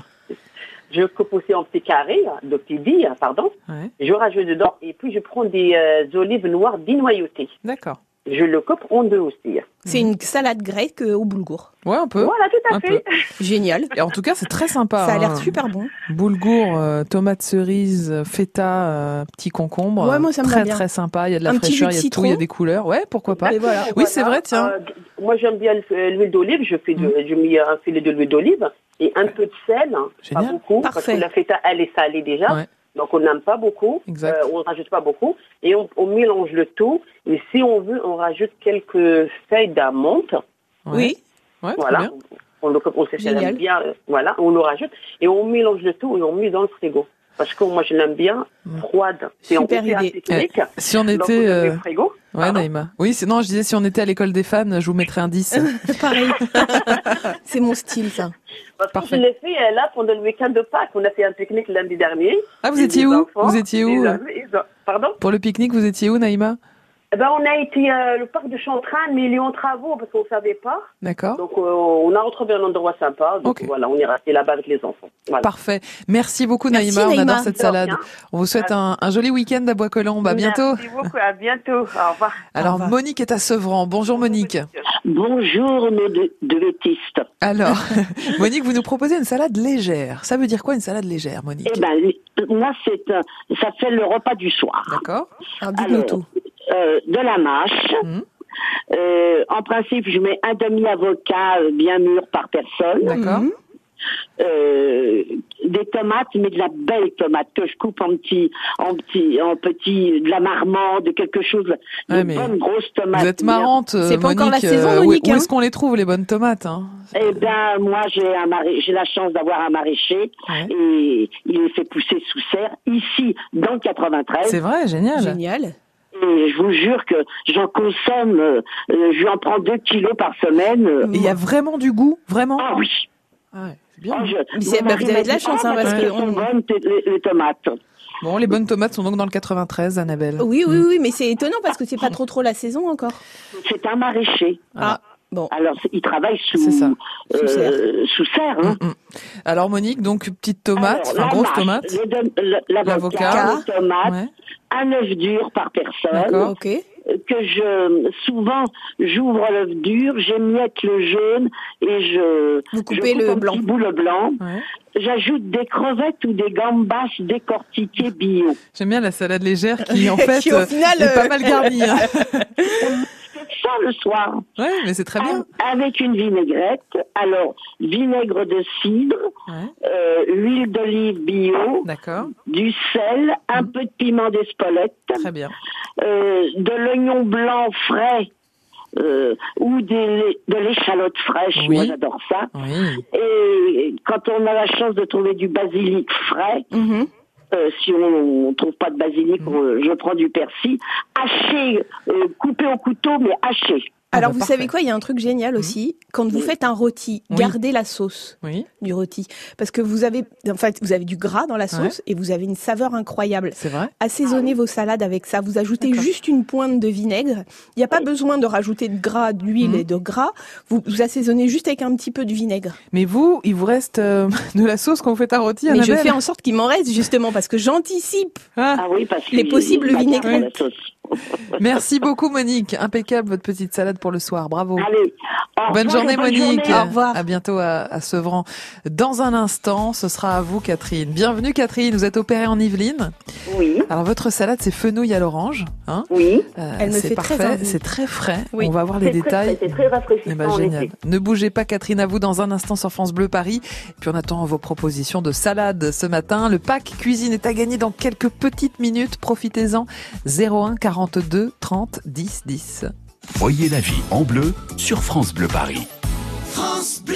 [SPEAKER 10] Je coupe aussi en petits carrés, de petits billes, pardon.
[SPEAKER 2] Ouais.
[SPEAKER 10] Je rajoute dedans. Et puis, je prends des euh, olives noires dénoyautées.
[SPEAKER 2] D'accord.
[SPEAKER 10] Je le coupe en deux aussi.
[SPEAKER 3] C'est une salade grecque euh, au boulgour.
[SPEAKER 2] Mmh. Ouais, un peu.
[SPEAKER 10] Voilà, tout à
[SPEAKER 2] Un
[SPEAKER 10] fait.
[SPEAKER 2] peu.
[SPEAKER 3] Génial.
[SPEAKER 2] Et en tout cas, c'est très sympa.
[SPEAKER 3] Ça a l'air
[SPEAKER 2] hein.
[SPEAKER 3] super bon.
[SPEAKER 2] Boulgour, euh, tomates cerises, euh, feta, euh, petit concombre.
[SPEAKER 3] Ouais, moi, ça me va
[SPEAKER 2] Très,
[SPEAKER 3] bien.
[SPEAKER 2] très sympa. Il y a de la
[SPEAKER 3] Un petit jus
[SPEAKER 2] fraîcheur,
[SPEAKER 3] de
[SPEAKER 2] il y a de tout,
[SPEAKER 3] citron.
[SPEAKER 2] il y a des couleurs. Ouais, pourquoi pas.
[SPEAKER 3] Et voilà.
[SPEAKER 2] Oui, c'est vrai, tiens. Mm.
[SPEAKER 10] Euh, moi, j'aime bien le- euh, l'huile d'olive. Je fais, de, je mets un filet de l'huile d'olive et un peu de sel. hein,
[SPEAKER 2] Génial.
[SPEAKER 10] Pas beaucoup.
[SPEAKER 3] Parfait.
[SPEAKER 10] Parce que la feta, elle est salée déjà.
[SPEAKER 2] Ouais.
[SPEAKER 10] Donc, on n'aime pas beaucoup.
[SPEAKER 2] Exact.
[SPEAKER 10] Euh, on rajoute pas beaucoup. Et on, on mélange le tout. Et si on veut, on rajoute quelques feuilles d'amande.
[SPEAKER 2] Ouais.
[SPEAKER 3] Oui.
[SPEAKER 2] Ouais, très
[SPEAKER 10] Voilà.
[SPEAKER 2] bien.
[SPEAKER 10] On le on sait, ça
[SPEAKER 3] Génial.
[SPEAKER 10] l'aime bien. euh, Voilà. On le rajoute. Et on mélange le tout et on met dans le frigo. Parce que moi, je l'aime bien
[SPEAKER 2] Mm.
[SPEAKER 10] froide. C'est
[SPEAKER 3] Super
[SPEAKER 10] on fait
[SPEAKER 3] idée.
[SPEAKER 10] assez technique.
[SPEAKER 2] Eh, Si on
[SPEAKER 10] Donc, on
[SPEAKER 2] était,
[SPEAKER 10] le met
[SPEAKER 2] euh,
[SPEAKER 10] au frigo.
[SPEAKER 2] ouais,
[SPEAKER 10] Pardon
[SPEAKER 2] Naïma. Oui, sinon, je disais, si on était à l'école des fans, je vous mettrais un 10.
[SPEAKER 3] Pareil. c'est mon style, ça.
[SPEAKER 10] Parce que
[SPEAKER 2] Parfait.
[SPEAKER 10] je l'ai fait euh, là pendant le week-end de Pâques. On a fait un pique-nique lundi dernier.
[SPEAKER 2] Ah, vous
[SPEAKER 10] Et
[SPEAKER 2] étiez
[SPEAKER 10] les
[SPEAKER 2] où?
[SPEAKER 10] enfants,
[SPEAKER 2] Vous étiez
[SPEAKER 10] les
[SPEAKER 2] où? euh,
[SPEAKER 10] hommes, ils ont- Pardon
[SPEAKER 2] Pour le pique-nique, vous étiez où, Naïma?
[SPEAKER 10] Eh ben, On a été euh, le parc de Chantraine, mais il est en travaux parce qu'on ne savait pas.
[SPEAKER 2] D'accord.
[SPEAKER 10] Donc euh, on a retrouvé un endroit sympa. Donc
[SPEAKER 2] Ok.
[SPEAKER 10] voilà, on est resté là-bas avec les enfants. Voilà.
[SPEAKER 2] Parfait. Merci beaucoup,
[SPEAKER 3] Merci,
[SPEAKER 2] Naïma. On
[SPEAKER 3] Naïma.
[SPEAKER 2] adore cette
[SPEAKER 10] De rien.
[SPEAKER 2] salade. On vous souhaite un, un joli week-end à Bois-Colombes. Bah, À bientôt.
[SPEAKER 10] Merci beaucoup, à bientôt. Au revoir.
[SPEAKER 2] Alors,
[SPEAKER 3] revoir.
[SPEAKER 2] Monique est à Sevran. Bonjour, Monique.
[SPEAKER 10] Bonjour, nos deux vétistes.
[SPEAKER 2] Alors, Monique, vous nous proposez une salade légère. Ça veut dire quoi une salade légère, Monique
[SPEAKER 10] Eh ben, moi, c'est, euh, ça fait le repas du soir.
[SPEAKER 2] D'accord
[SPEAKER 3] Alors, dites-nous
[SPEAKER 10] Alors,
[SPEAKER 3] tout.
[SPEAKER 10] euh, de la mâche.
[SPEAKER 2] Mhm.
[SPEAKER 10] Euh, en principe, je mets un demi-avocat euh, bien mûr par personne.
[SPEAKER 2] D'accord.
[SPEAKER 3] Mhm.
[SPEAKER 11] Hum. euh, des tomates, mais de la belle tomate que je coupe en petits, en petits, en petits, de la marmande, de quelque chose, de
[SPEAKER 2] Ouais, Ah, mais
[SPEAKER 11] bonnes grosses tomates.
[SPEAKER 2] Vous êtes marrante,
[SPEAKER 11] C'est pas
[SPEAKER 2] Monique.
[SPEAKER 11] encore la saison,
[SPEAKER 2] euh, où-
[SPEAKER 11] Monique,
[SPEAKER 2] Où,
[SPEAKER 11] hein.
[SPEAKER 2] est-ce qu'on les trouve, les bonnes tomates hein
[SPEAKER 11] Eh ben, moi, j'ai un mari- j'ai la chance d'avoir un maraîcher et il les fait pousser sous serre ici, dans le 93.
[SPEAKER 2] C'est vrai, génial.
[SPEAKER 11] Génial. Et je vous jure que j'en consomme, euh, euh, j'en prends 2 kilos par semaine. euh,
[SPEAKER 2] Il y a vraiment du goût, vraiment
[SPEAKER 11] Ah oui.
[SPEAKER 2] bien.
[SPEAKER 11] Ah, je-
[SPEAKER 2] Mais
[SPEAKER 11] mon
[SPEAKER 2] c'est- bah,
[SPEAKER 11] mari
[SPEAKER 2] vous avez
[SPEAKER 11] m'a
[SPEAKER 2] de la
[SPEAKER 11] dit,
[SPEAKER 2] chance,
[SPEAKER 11] ah,
[SPEAKER 2] hein, parce
[SPEAKER 11] qu'elles
[SPEAKER 2] que
[SPEAKER 11] sont
[SPEAKER 2] on-
[SPEAKER 11] bonnes, tes- les, les tomates.
[SPEAKER 2] Bon, les bonnes tomates sont donc dans le 93, Annabelle. Mm.
[SPEAKER 3] Oui, oui, oui, mais c'est étonnant parce que c'est pas trop trop la saison encore.
[SPEAKER 11] C'est un maraîcher.
[SPEAKER 3] Ah, bon.
[SPEAKER 11] Alors, il travaille sous,
[SPEAKER 2] Sous serre.
[SPEAKER 11] euh, sous serre. hein.
[SPEAKER 2] Mm, Alors, Monique, donc, petite tomate,
[SPEAKER 11] Alors,
[SPEAKER 2] enfin,
[SPEAKER 11] la
[SPEAKER 2] grosse
[SPEAKER 11] marche,
[SPEAKER 2] tomate.
[SPEAKER 11] le dom- le- L'avocat,
[SPEAKER 2] L'avocat.
[SPEAKER 11] les tomates, un œuf dur par personne. Euh, Que je souvent j'ouvre l'œuf dur, j'émiette le jaune et je vous
[SPEAKER 3] coupez le blanc.
[SPEAKER 11] bout le blanc. J'ajoute des crevettes ou des gambas décortiquées bio.
[SPEAKER 2] J'aime bien la salade légère qui, en fait,
[SPEAKER 11] Qui, au
[SPEAKER 2] euh,
[SPEAKER 11] final,
[SPEAKER 2] est pas
[SPEAKER 11] euh,
[SPEAKER 2] mal garnie. hein.
[SPEAKER 11] ça le soir.
[SPEAKER 2] Ouais, mais c'est très
[SPEAKER 11] bien. Avec une vinaigrette. Alors, vinaigre de cidre, euh, huile d'olive bio, du sel, un peu de piment d'espelette,
[SPEAKER 2] Mm. Très bien.
[SPEAKER 11] euh, de l'oignon blanc frais euh, ou des- de l'échalote fraîche. Moi, j'adore ça. Et quand on a la chance de trouver du basilic frais,
[SPEAKER 2] Mhm.
[SPEAKER 11] euh, si on ne trouve pas de basilic, on- je prends du persil, haché, euh, coupé au couteau, mais haché.
[SPEAKER 3] Ah, Alors
[SPEAKER 2] Ah, bah,
[SPEAKER 3] vous savez quoi, il y a un truc
[SPEAKER 2] Mmh.
[SPEAKER 3] génial aussi. Quand vous faites un rôti, gardez la sauce
[SPEAKER 2] Oui.
[SPEAKER 3] du rôti parce que vous avez, en fait, vous avez du gras dans la sauce et vous avez une saveur incroyable.
[SPEAKER 2] C'est vrai.
[SPEAKER 11] Ah
[SPEAKER 3] Assaisonnez vos salades avec ça. Vous ajoutez juste une pointe de vinaigre. Il n'y a pas besoin de rajouter de gras, d'huile
[SPEAKER 2] Mmh.
[SPEAKER 3] et de gras. Vous, vous assaisonnez juste avec un petit peu de vinaigre.
[SPEAKER 2] Mais vous, il vous reste euh, de la sauce quand vous faites un rôti,
[SPEAKER 3] Mais je
[SPEAKER 2] Annabelle
[SPEAKER 3] fais en sorte qu'il m'en reste justement parce que j'anticipe
[SPEAKER 2] Ah
[SPEAKER 11] oui, parce
[SPEAKER 3] les possibles vinaigrettes.
[SPEAKER 2] Merci beaucoup, Monique. Impeccable, votre petite salade pour le soir. Bravo.
[SPEAKER 11] Allez.
[SPEAKER 3] revoir
[SPEAKER 2] bonne
[SPEAKER 3] et
[SPEAKER 2] journée,
[SPEAKER 3] bonne
[SPEAKER 2] Monique.
[SPEAKER 3] journée. Au revoir.
[SPEAKER 2] À bientôt à, à Sevran. Dans un instant, ce sera à vous, Catherine. Bienvenue, Catherine. Vous êtes opérée en Yvelines.
[SPEAKER 11] Oui.
[SPEAKER 2] Alors, votre salade, c'est fenouil à l'orange. Hein
[SPEAKER 11] oui.
[SPEAKER 3] Elle me
[SPEAKER 2] c'est
[SPEAKER 3] fait très
[SPEAKER 2] parfait.
[SPEAKER 3] envie.
[SPEAKER 2] C'est très frais.
[SPEAKER 3] Oui.
[SPEAKER 2] On va voir les
[SPEAKER 3] C'est très
[SPEAKER 2] détails.
[SPEAKER 3] frais, c'est très
[SPEAKER 11] rafraîchissant
[SPEAKER 2] Eh ben,
[SPEAKER 3] en
[SPEAKER 2] génial.
[SPEAKER 3] été.
[SPEAKER 2] Ne bougez pas, Catherine, à vous dans un instant sur France Bleu Paris. Puis on attend vos propositions de salade ce matin. Le pack cuisine est à gagner dans quelques petites minutes. Profitez-en. 01 42 30 10 10.
[SPEAKER 1] Voyez la vie en bleu sur France Bleu Paris.
[SPEAKER 8] France Bleu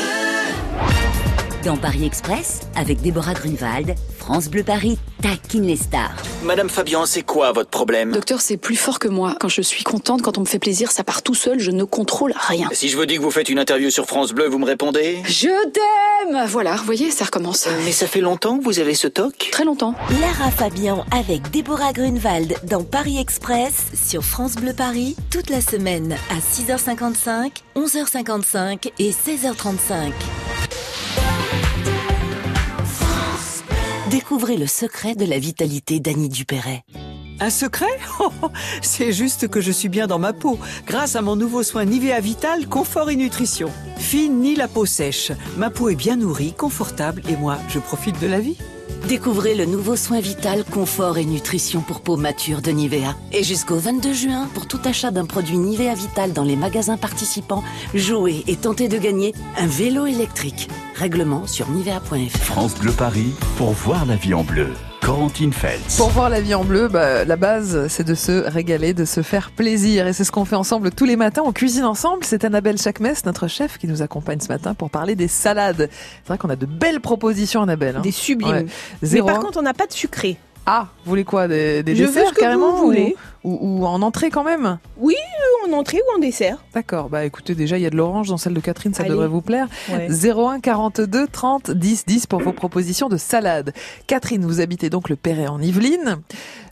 [SPEAKER 8] Dans Paris Express, avec Déborah Grunewald, France Bleu Paris taquine les stars.
[SPEAKER 12] Madame Fabian, c'est quoi votre problème
[SPEAKER 6] Docteur, c'est plus fort que moi. Quand je suis contente, quand on me fait plaisir, ça part tout seul, je ne contrôle rien.
[SPEAKER 12] Si je vous dis que vous faites une interview sur France Bleu, vous me répondez
[SPEAKER 6] Je t'aime Voilà, vous voyez, ça recommence.
[SPEAKER 12] Euh, Mais ça fait longtemps que vous avez ce toc
[SPEAKER 6] Très longtemps.
[SPEAKER 8] Lara Fabian avec Déborah Grunewald dans Paris Express sur France Bleu Paris toute la semaine à 6h55, 11h55 et 16h35. Découvrez le secret de la vitalité d'Annie Dupéret.
[SPEAKER 13] Un secret Oh, C'est juste que je suis bien dans ma peau grâce à mon nouveau soin Nivea Vital Confort et Nutrition. Fini la peau sèche. Ma peau est bien nourrie, confortable et moi, je profite de la vie.
[SPEAKER 8] Découvrez le nouveau soin vital, confort et nutrition pour peau mature de Nivea. Et jusqu'au 22 juin, pour tout achat d'un produit Nivea Vital dans les magasins participants, jouez et tentez de gagner un vélo électrique. Règlement sur nivea.fr.
[SPEAKER 1] France Bleu Paris pour voir la vie en bleu. Corentine Feltz.
[SPEAKER 2] Pour voir la vie en bleu, bah, la base, c'est de se régaler, de se faire plaisir. Et c'est ce qu'on fait ensemble tous les matins. On cuisine ensemble. C'est Annabelle Chakmes, notre chef, qui nous accompagne ce matin pour parler des salades. C'est vrai qu'on a de belles propositions, Annabelle. hein.
[SPEAKER 3] Des sublimes.
[SPEAKER 2] Ouais.
[SPEAKER 3] Mais par
[SPEAKER 2] 01.
[SPEAKER 3] contre, on n'a pas de sucré.
[SPEAKER 2] Ah, vous voulez quoi Des, des
[SPEAKER 3] Je veux
[SPEAKER 2] desserts
[SPEAKER 3] ce que
[SPEAKER 2] carrément
[SPEAKER 3] vous voulez.
[SPEAKER 2] Ou, ou- ou en entrée quand même
[SPEAKER 3] Oui, euh, en entrée ou en dessert.
[SPEAKER 2] D'accord, bah écoutez, déjà il y a de l'orange dans celle de Catherine, ça
[SPEAKER 3] Allez.
[SPEAKER 2] devrait vous plaire.
[SPEAKER 3] Ouais.
[SPEAKER 2] 01 42 30 10 10 pour vos propositions de salade. Catherine, vous habitez donc le Perret en Yvelines.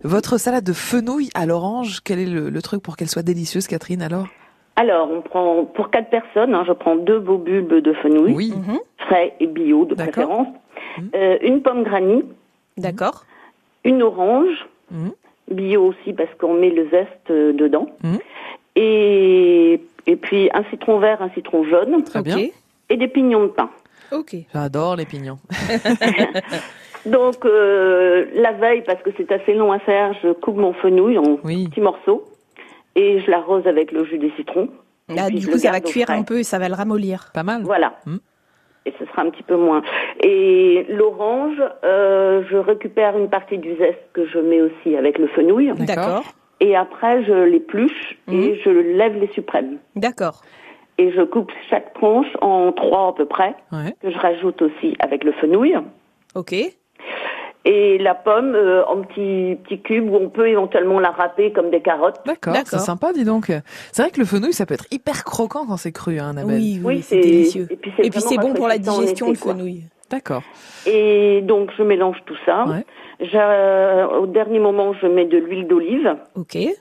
[SPEAKER 2] Votre salade de fenouil à l'orange, quel est le, le truc pour qu'elle soit délicieuse, Catherine alors
[SPEAKER 11] Alors, on prend pour quatre personnes, hein, je prends deux beaux bulbes de fenouil,
[SPEAKER 3] Mhm.
[SPEAKER 11] frais et bio de préférence,
[SPEAKER 2] Mhm.
[SPEAKER 11] Euh, une pomme granny,
[SPEAKER 3] d'accord,
[SPEAKER 11] une orange,
[SPEAKER 2] Mhm.
[SPEAKER 11] bio aussi parce qu'on met le zeste euh, dedans,
[SPEAKER 2] Mhm.
[SPEAKER 11] et, et puis un citron vert, un citron jaune,
[SPEAKER 2] bien. Ok.
[SPEAKER 11] et des pignons de pain.
[SPEAKER 3] Ok.
[SPEAKER 2] J'adore les pignons.
[SPEAKER 11] Donc euh, la veille, parce que c'est assez long à faire, je coupe mon fenouil en petits morceaux et je l'arrose avec le jus des citrons.
[SPEAKER 3] Ah,
[SPEAKER 11] puis
[SPEAKER 3] du
[SPEAKER 11] je
[SPEAKER 3] coup,
[SPEAKER 11] le
[SPEAKER 3] ça va
[SPEAKER 11] garde au
[SPEAKER 3] cuire
[SPEAKER 11] frais.
[SPEAKER 3] un peu et ça va le ramollir.
[SPEAKER 2] Pas mal. Mmh.
[SPEAKER 11] Voilà. Et ce
[SPEAKER 14] sera un petit peu moins. Et l'orange, euh, je récupère une partie du zeste que je mets aussi avec le fenouil.
[SPEAKER 3] D'accord. Mhm.
[SPEAKER 14] Et après, je l'épluche et je lève les suprêmes.
[SPEAKER 3] D'accord.
[SPEAKER 14] Et je coupe chaque tranche en trois à peu près, que je rajoute aussi avec le fenouil.
[SPEAKER 3] Ok.
[SPEAKER 14] Et la pomme euh, en petits petits cubes où on peut éventuellement la râper comme des carottes.
[SPEAKER 2] D'accord, c'est sympa, dis donc. C'est vrai que le fenouil, ça peut être hyper croquant quand c'est cru, hein, Annabelle.
[SPEAKER 3] Oui, oui,
[SPEAKER 14] Oui,
[SPEAKER 3] c'est
[SPEAKER 14] c'est-
[SPEAKER 3] délicieux.
[SPEAKER 14] et puis c'est vraiment
[SPEAKER 3] bon pour la
[SPEAKER 14] rafraîchissant en
[SPEAKER 3] digestion, le
[SPEAKER 14] été, quoi.
[SPEAKER 3] fenouil.
[SPEAKER 2] D'accord.
[SPEAKER 14] Et donc je mélange tout ça. Je- euh, au dernier moment, je mets de l'huile d'olive.
[SPEAKER 3] Ok.
[SPEAKER 14] Et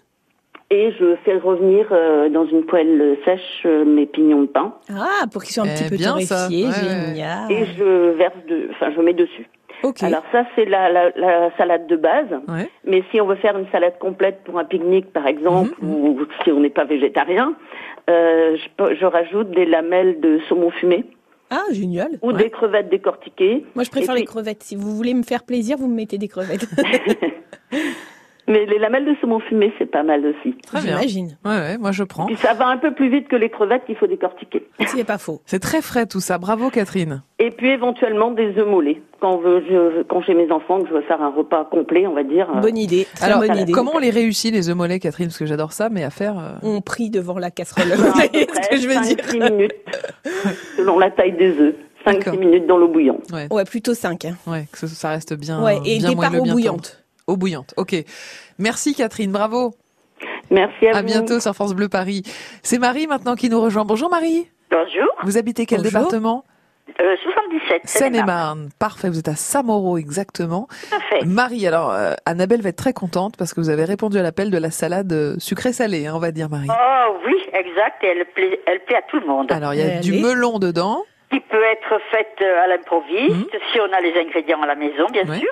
[SPEAKER 14] je fais revenir euh, dans une poêle euh, sèche euh, mes pignons de pain.
[SPEAKER 3] Ah, pour qu'ils soient un
[SPEAKER 2] Eh
[SPEAKER 3] petit peu
[SPEAKER 14] bien, ça.
[SPEAKER 3] torréfiés,
[SPEAKER 14] Ouais, ouais.
[SPEAKER 3] génial.
[SPEAKER 14] Et je verse de, enfin je mets dessus. Alors ça c'est la, la, la salade de base.
[SPEAKER 2] Ouais.
[SPEAKER 14] Mais si on veut faire une salade complète pour un pique-nique par exemple,
[SPEAKER 3] Mhm.
[SPEAKER 14] ou si on n'est pas végétarien, euh, je, peux- je rajoute des lamelles de saumon fumé.
[SPEAKER 3] Ah, génial.
[SPEAKER 14] Ou des crevettes décortiquées.
[SPEAKER 3] Moi, je préfère
[SPEAKER 14] Et
[SPEAKER 3] les crevettes. Si vous voulez me faire plaisir, vous me mettez des crevettes.
[SPEAKER 14] Mais les lamelles de saumon fumé, c'est pas mal aussi.
[SPEAKER 3] Ah,
[SPEAKER 2] Très bien. Ouais, ouais, moi je prends.
[SPEAKER 14] Puis ça va un peu plus vite que les crevettes qu'il faut décortiquer.
[SPEAKER 3] C'est pas faux.
[SPEAKER 2] C'est très frais tout ça. Bravo, Catherine.
[SPEAKER 14] Et puis éventuellement des œufs mollets. Quand, on veut- je, quand j'ai mes enfants, que je veux faire un repas complet, on va dire. euh,
[SPEAKER 2] Alors, comment on les réussit, les œufs mollets, Catherine Parce que j'adore ça, mais à faire. euh,
[SPEAKER 3] On prie devant la casserole. Vous voyez ce que je veux dire
[SPEAKER 14] minutes, selon la taille des œufs. 5-6 minutes dans l'eau bouillante.
[SPEAKER 2] Ouais.
[SPEAKER 3] plutôt 5.
[SPEAKER 2] Ouais, que ça- ça reste bien.
[SPEAKER 3] Ouais, et
[SPEAKER 2] bien
[SPEAKER 3] des
[SPEAKER 2] moelleux,
[SPEAKER 3] parts aux
[SPEAKER 2] bien
[SPEAKER 3] bouillantes.
[SPEAKER 2] tendre. Aux bouillantes, ok. Merci Catherine, bravo.
[SPEAKER 14] Merci à,
[SPEAKER 2] vous. bientôt sur France Bleu Paris. C'est Marie maintenant qui nous rejoint. Bonjour Marie.
[SPEAKER 15] Bonjour.
[SPEAKER 2] Vous habitez quel
[SPEAKER 15] Bonjour.
[SPEAKER 2] département
[SPEAKER 15] Euh, 77.
[SPEAKER 2] Seine-et-Marne. Parfait, vous êtes à Samoro exactement. Marie, alors euh, Annabelle va être très contente parce que vous avez répondu à l'appel de la salade euh, sucrée-salée, hein, on va dire Marie.
[SPEAKER 15] Oh oui, exact, et elle plaît, elle plaît à tout le monde.
[SPEAKER 2] Alors il y a du melon dedans. Mhm.
[SPEAKER 15] Qui peut être faite euh, à l'improviste, si on a les ingrédients à la maison, bien sûr.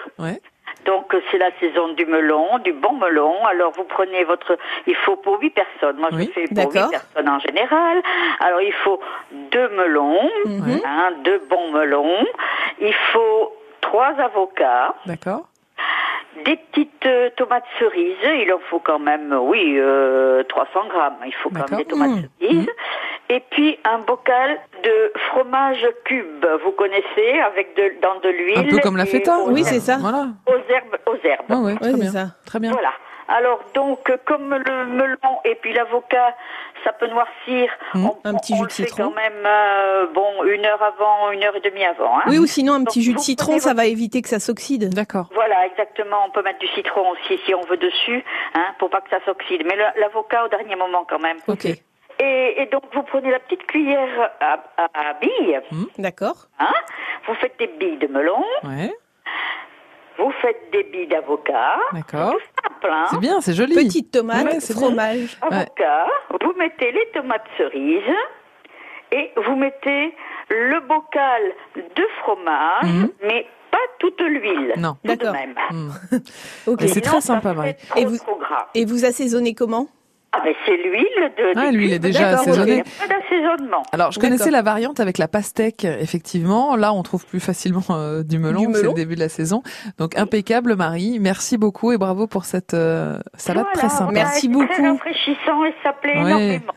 [SPEAKER 15] Donc euh, c'est la saison du melon, du bon melon. Alors vous prenez votre, il faut pour huit personnes. Moi je fais pour huit personnes en général. Alors il faut deux melons, hein, deux bons melons. Il faut trois avocats.
[SPEAKER 2] D'accord.
[SPEAKER 15] Des petites euh, tomates cerises, il en faut quand même, oui, euh, 300 grammes. Il faut quand même des tomates
[SPEAKER 11] Mmh.
[SPEAKER 2] Mm.
[SPEAKER 15] cerises. Et puis un bocal de fromage cube, vous connaissez, avec de, dans de l'huile.
[SPEAKER 2] Un peu comme la
[SPEAKER 15] et
[SPEAKER 2] feta.
[SPEAKER 15] aux
[SPEAKER 2] Oui,
[SPEAKER 15] herbes-
[SPEAKER 2] c'est ça. Voilà. Ah
[SPEAKER 15] Aux herbes, aux herbes.
[SPEAKER 2] Ouais, ouais, très bien. Très bien.
[SPEAKER 15] Voilà. Alors donc, euh, comme le melon et puis l'avocat, ça peut noircir. on, un petit jus de citron. Quand même, euh, bon, une heure avant, une heure et demie avant. hein.
[SPEAKER 3] Oui, ou sinon un petit
[SPEAKER 15] Donc,
[SPEAKER 3] jus de
[SPEAKER 15] vous
[SPEAKER 3] citron,
[SPEAKER 15] prenez
[SPEAKER 3] ça va éviter que ça s'oxyde.
[SPEAKER 2] D'accord.
[SPEAKER 15] voilà, exactement. On peut mettre du citron aussi si on veut dessus, hein, pour pas que ça s'oxyde. Mais le- l'avocat au dernier moment quand même.
[SPEAKER 3] Ok.
[SPEAKER 15] Et, et donc vous prenez la petite cuillère à, à- à billes.
[SPEAKER 2] Hmm.
[SPEAKER 3] D'accord.
[SPEAKER 15] Hein, vous faites des billes de melon.
[SPEAKER 2] Ouais.
[SPEAKER 15] Vous faites des billes d'avocat.
[SPEAKER 2] D'accord.
[SPEAKER 15] Plein.
[SPEAKER 2] C'est bien, c'est joli.
[SPEAKER 3] Petite tomate, fromage.
[SPEAKER 15] hein. Avocat. Vous mettez les tomates cerises. Et vous mettez le bocal de fromage, mais pas toute l'huile.
[SPEAKER 2] Hmm. Non. Hmm.
[SPEAKER 15] tout de même.
[SPEAKER 3] Ok.
[SPEAKER 15] Mais c'est très
[SPEAKER 2] sympa, Marie.
[SPEAKER 3] Et vous, et vous assaisonnez comment
[SPEAKER 15] Ah ben c'est l'huile de.
[SPEAKER 2] Ah,
[SPEAKER 15] des
[SPEAKER 2] l'huile est
[SPEAKER 15] cubes.
[SPEAKER 2] déjà
[SPEAKER 15] D'accord, ok.
[SPEAKER 2] assaisonnée.
[SPEAKER 15] Il n'y a pas d'assaisonnement.
[SPEAKER 2] Alors, je connaissais la variante avec la pastèque, effectivement. Là, on trouve plus facilement euh, du melon,
[SPEAKER 15] Du melon.
[SPEAKER 2] c'est le début de la saison. Donc, impeccable, Marie. Merci beaucoup et bravo pour cette euh, salade très
[SPEAKER 15] Voilà,
[SPEAKER 2] sympa.
[SPEAKER 15] voilà, c'est Très rafraîchissant et ça plaît
[SPEAKER 2] Ouais.
[SPEAKER 15] énormément.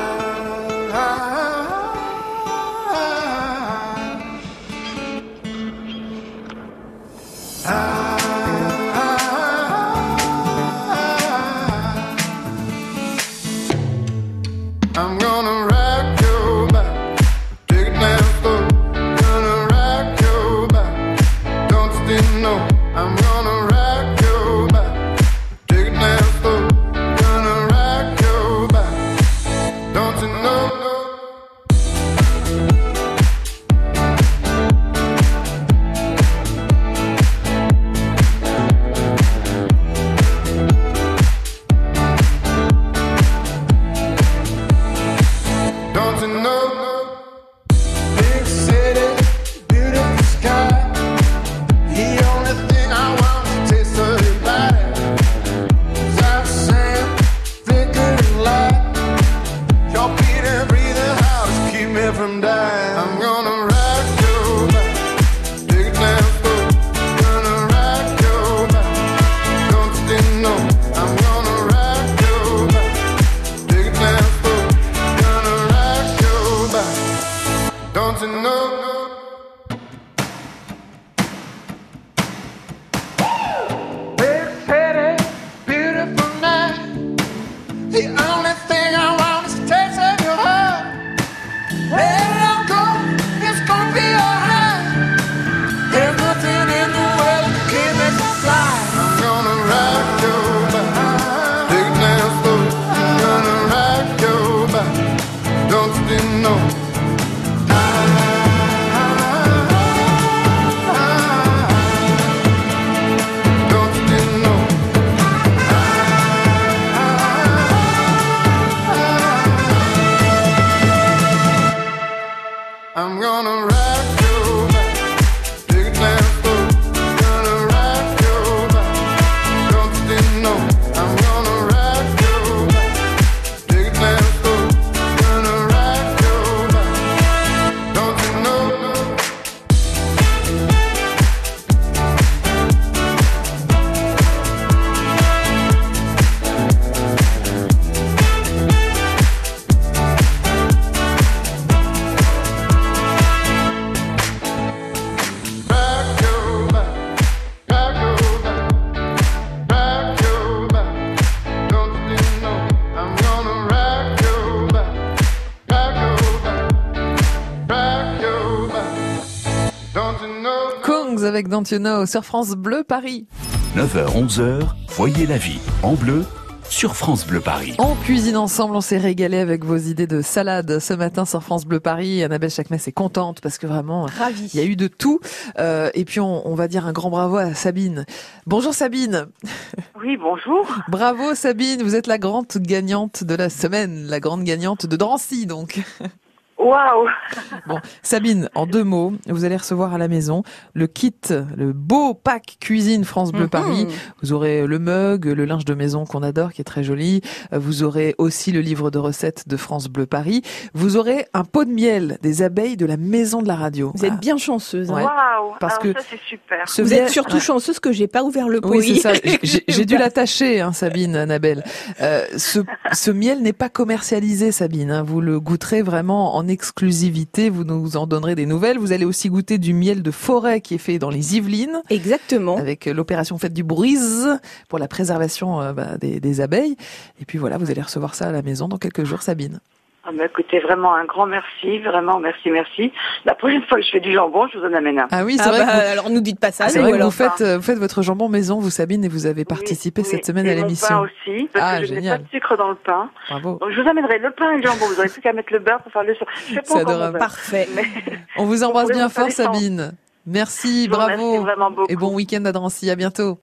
[SPEAKER 4] ah,
[SPEAKER 16] I'm gonna rock your back, take it down slow. Gonna rock your back, don't you know? I'm gonna rock want to know. Big city, beautiful sky. The only thing I want to taste of your body. Soft sand, flickering light. Your beat and breathing how to keep me from dying. I'm gonna rock your back, big lambo. Gonna rock your back, don't you know? I'm gonna rock your back, big lambo. Gonna rock your back, don't you know? Big city, beautiful night. The only thing I want is a taste of your heart. Let it go, it's gonna be alright. There's nothing in the world that can make me fly. I'm gonna rock your back, big dance floor. I'm gonna rock your back, don't you know? Don't you know? I'm gonna rock you back, big damn fool. Gonna rock you back, don't you know? I'm gonna rock you back, big damn fool. Gonna rock you back, don't you know? Rock you back, rock you back, rock you back, don't you know? I'm gonna rock you back, rock you back, rock you back, don't you know?
[SPEAKER 2] Kongs avec Don't You Know sur France Bleu Paris.
[SPEAKER 1] 9h-11h, Voyez la vie en bleu sur France Bleu Paris.
[SPEAKER 2] On cuisine ensemble, on s'est régalé avec vos idées de salade ce matin sur France Bleu Paris. Annabelle Chakmes est contente parce que vraiment, il y a eu de tout. Euh, et puis on, on va dire un grand bravo à Sabine. Bonjour Sabine.
[SPEAKER 11] Oui, bonjour.
[SPEAKER 2] Bravo Sabine, vous êtes la grande gagnante de la semaine, la grande gagnante de Drancy donc.
[SPEAKER 11] Waouh
[SPEAKER 2] Bon, Sabine, en deux mots, vous allez recevoir à la maison le kit, le beau pack cuisine France Bleu
[SPEAKER 11] Mhm.
[SPEAKER 2] Paris. Vous aurez le mug, le linge de maison qu'on adore, qui est très joli. Euh, Vous aurez aussi le livre de recettes de France Bleu Paris. Vous aurez un pot de miel des abeilles de la maison de la radio.
[SPEAKER 3] Vous êtes bien chanceuse. hein.
[SPEAKER 2] Ouais.
[SPEAKER 11] Waouh
[SPEAKER 2] Parce
[SPEAKER 11] Alors
[SPEAKER 2] que
[SPEAKER 11] ça, c'est super.
[SPEAKER 2] ce
[SPEAKER 3] Vous
[SPEAKER 2] miel-
[SPEAKER 3] êtes surtout
[SPEAKER 2] Ouais.
[SPEAKER 3] chanceuse que j'ai pas ouvert le pot.
[SPEAKER 2] Oui, c'est ça. J'ai j'ai dû l'attacher, hein, Sabine, Annabelle. Euh, ce, ce miel n'est pas commercialisé, Sabine. hein. Vous le goûterez vraiment en exclusivité. Vous nous en donnerez des nouvelles. Vous allez aussi goûter du miel de forêt qui est fait dans les Yvelines.
[SPEAKER 3] Exactement.
[SPEAKER 2] Avec euh, l'opération Fête du Brise pour la préservation euh, bah, des, des abeilles. Et puis voilà, vous allez recevoir ça à la maison dans quelques jours, Sabine.
[SPEAKER 11] Ah, mais écoutez, vraiment un grand merci, vraiment merci, merci. La prochaine fois que je fais du jambon, je vous en amène un.
[SPEAKER 2] Ah oui, c'est vrai. que vous- Ah, C'est
[SPEAKER 11] nous,
[SPEAKER 2] vrai que vous
[SPEAKER 11] alors.
[SPEAKER 2] faites, euh, vous faites votre jambon maison, vous, Sabine, et vous avez participé cette semaine
[SPEAKER 11] Et
[SPEAKER 2] à
[SPEAKER 11] mon
[SPEAKER 2] l'émission.
[SPEAKER 11] pain aussi, parce
[SPEAKER 2] Ah,
[SPEAKER 11] que je n'ai pas
[SPEAKER 2] génial.
[SPEAKER 11] de sucre dans le pain.
[SPEAKER 2] Bravo.
[SPEAKER 11] Donc, je vous amènerai le pain et le jambon. Vous n'aurez plus qu'à mettre le beurre pour faire le sucre. Je fais
[SPEAKER 2] C'est
[SPEAKER 11] pas encore mon
[SPEAKER 2] adorable.
[SPEAKER 11] beurre.
[SPEAKER 3] Parfait.
[SPEAKER 2] On vous embrasse
[SPEAKER 11] pourrait
[SPEAKER 2] bien
[SPEAKER 11] vous faire
[SPEAKER 2] fort,
[SPEAKER 11] des cendres.
[SPEAKER 2] Sabine. Merci, bravo. Et bon week-end à Drancy. À bientôt.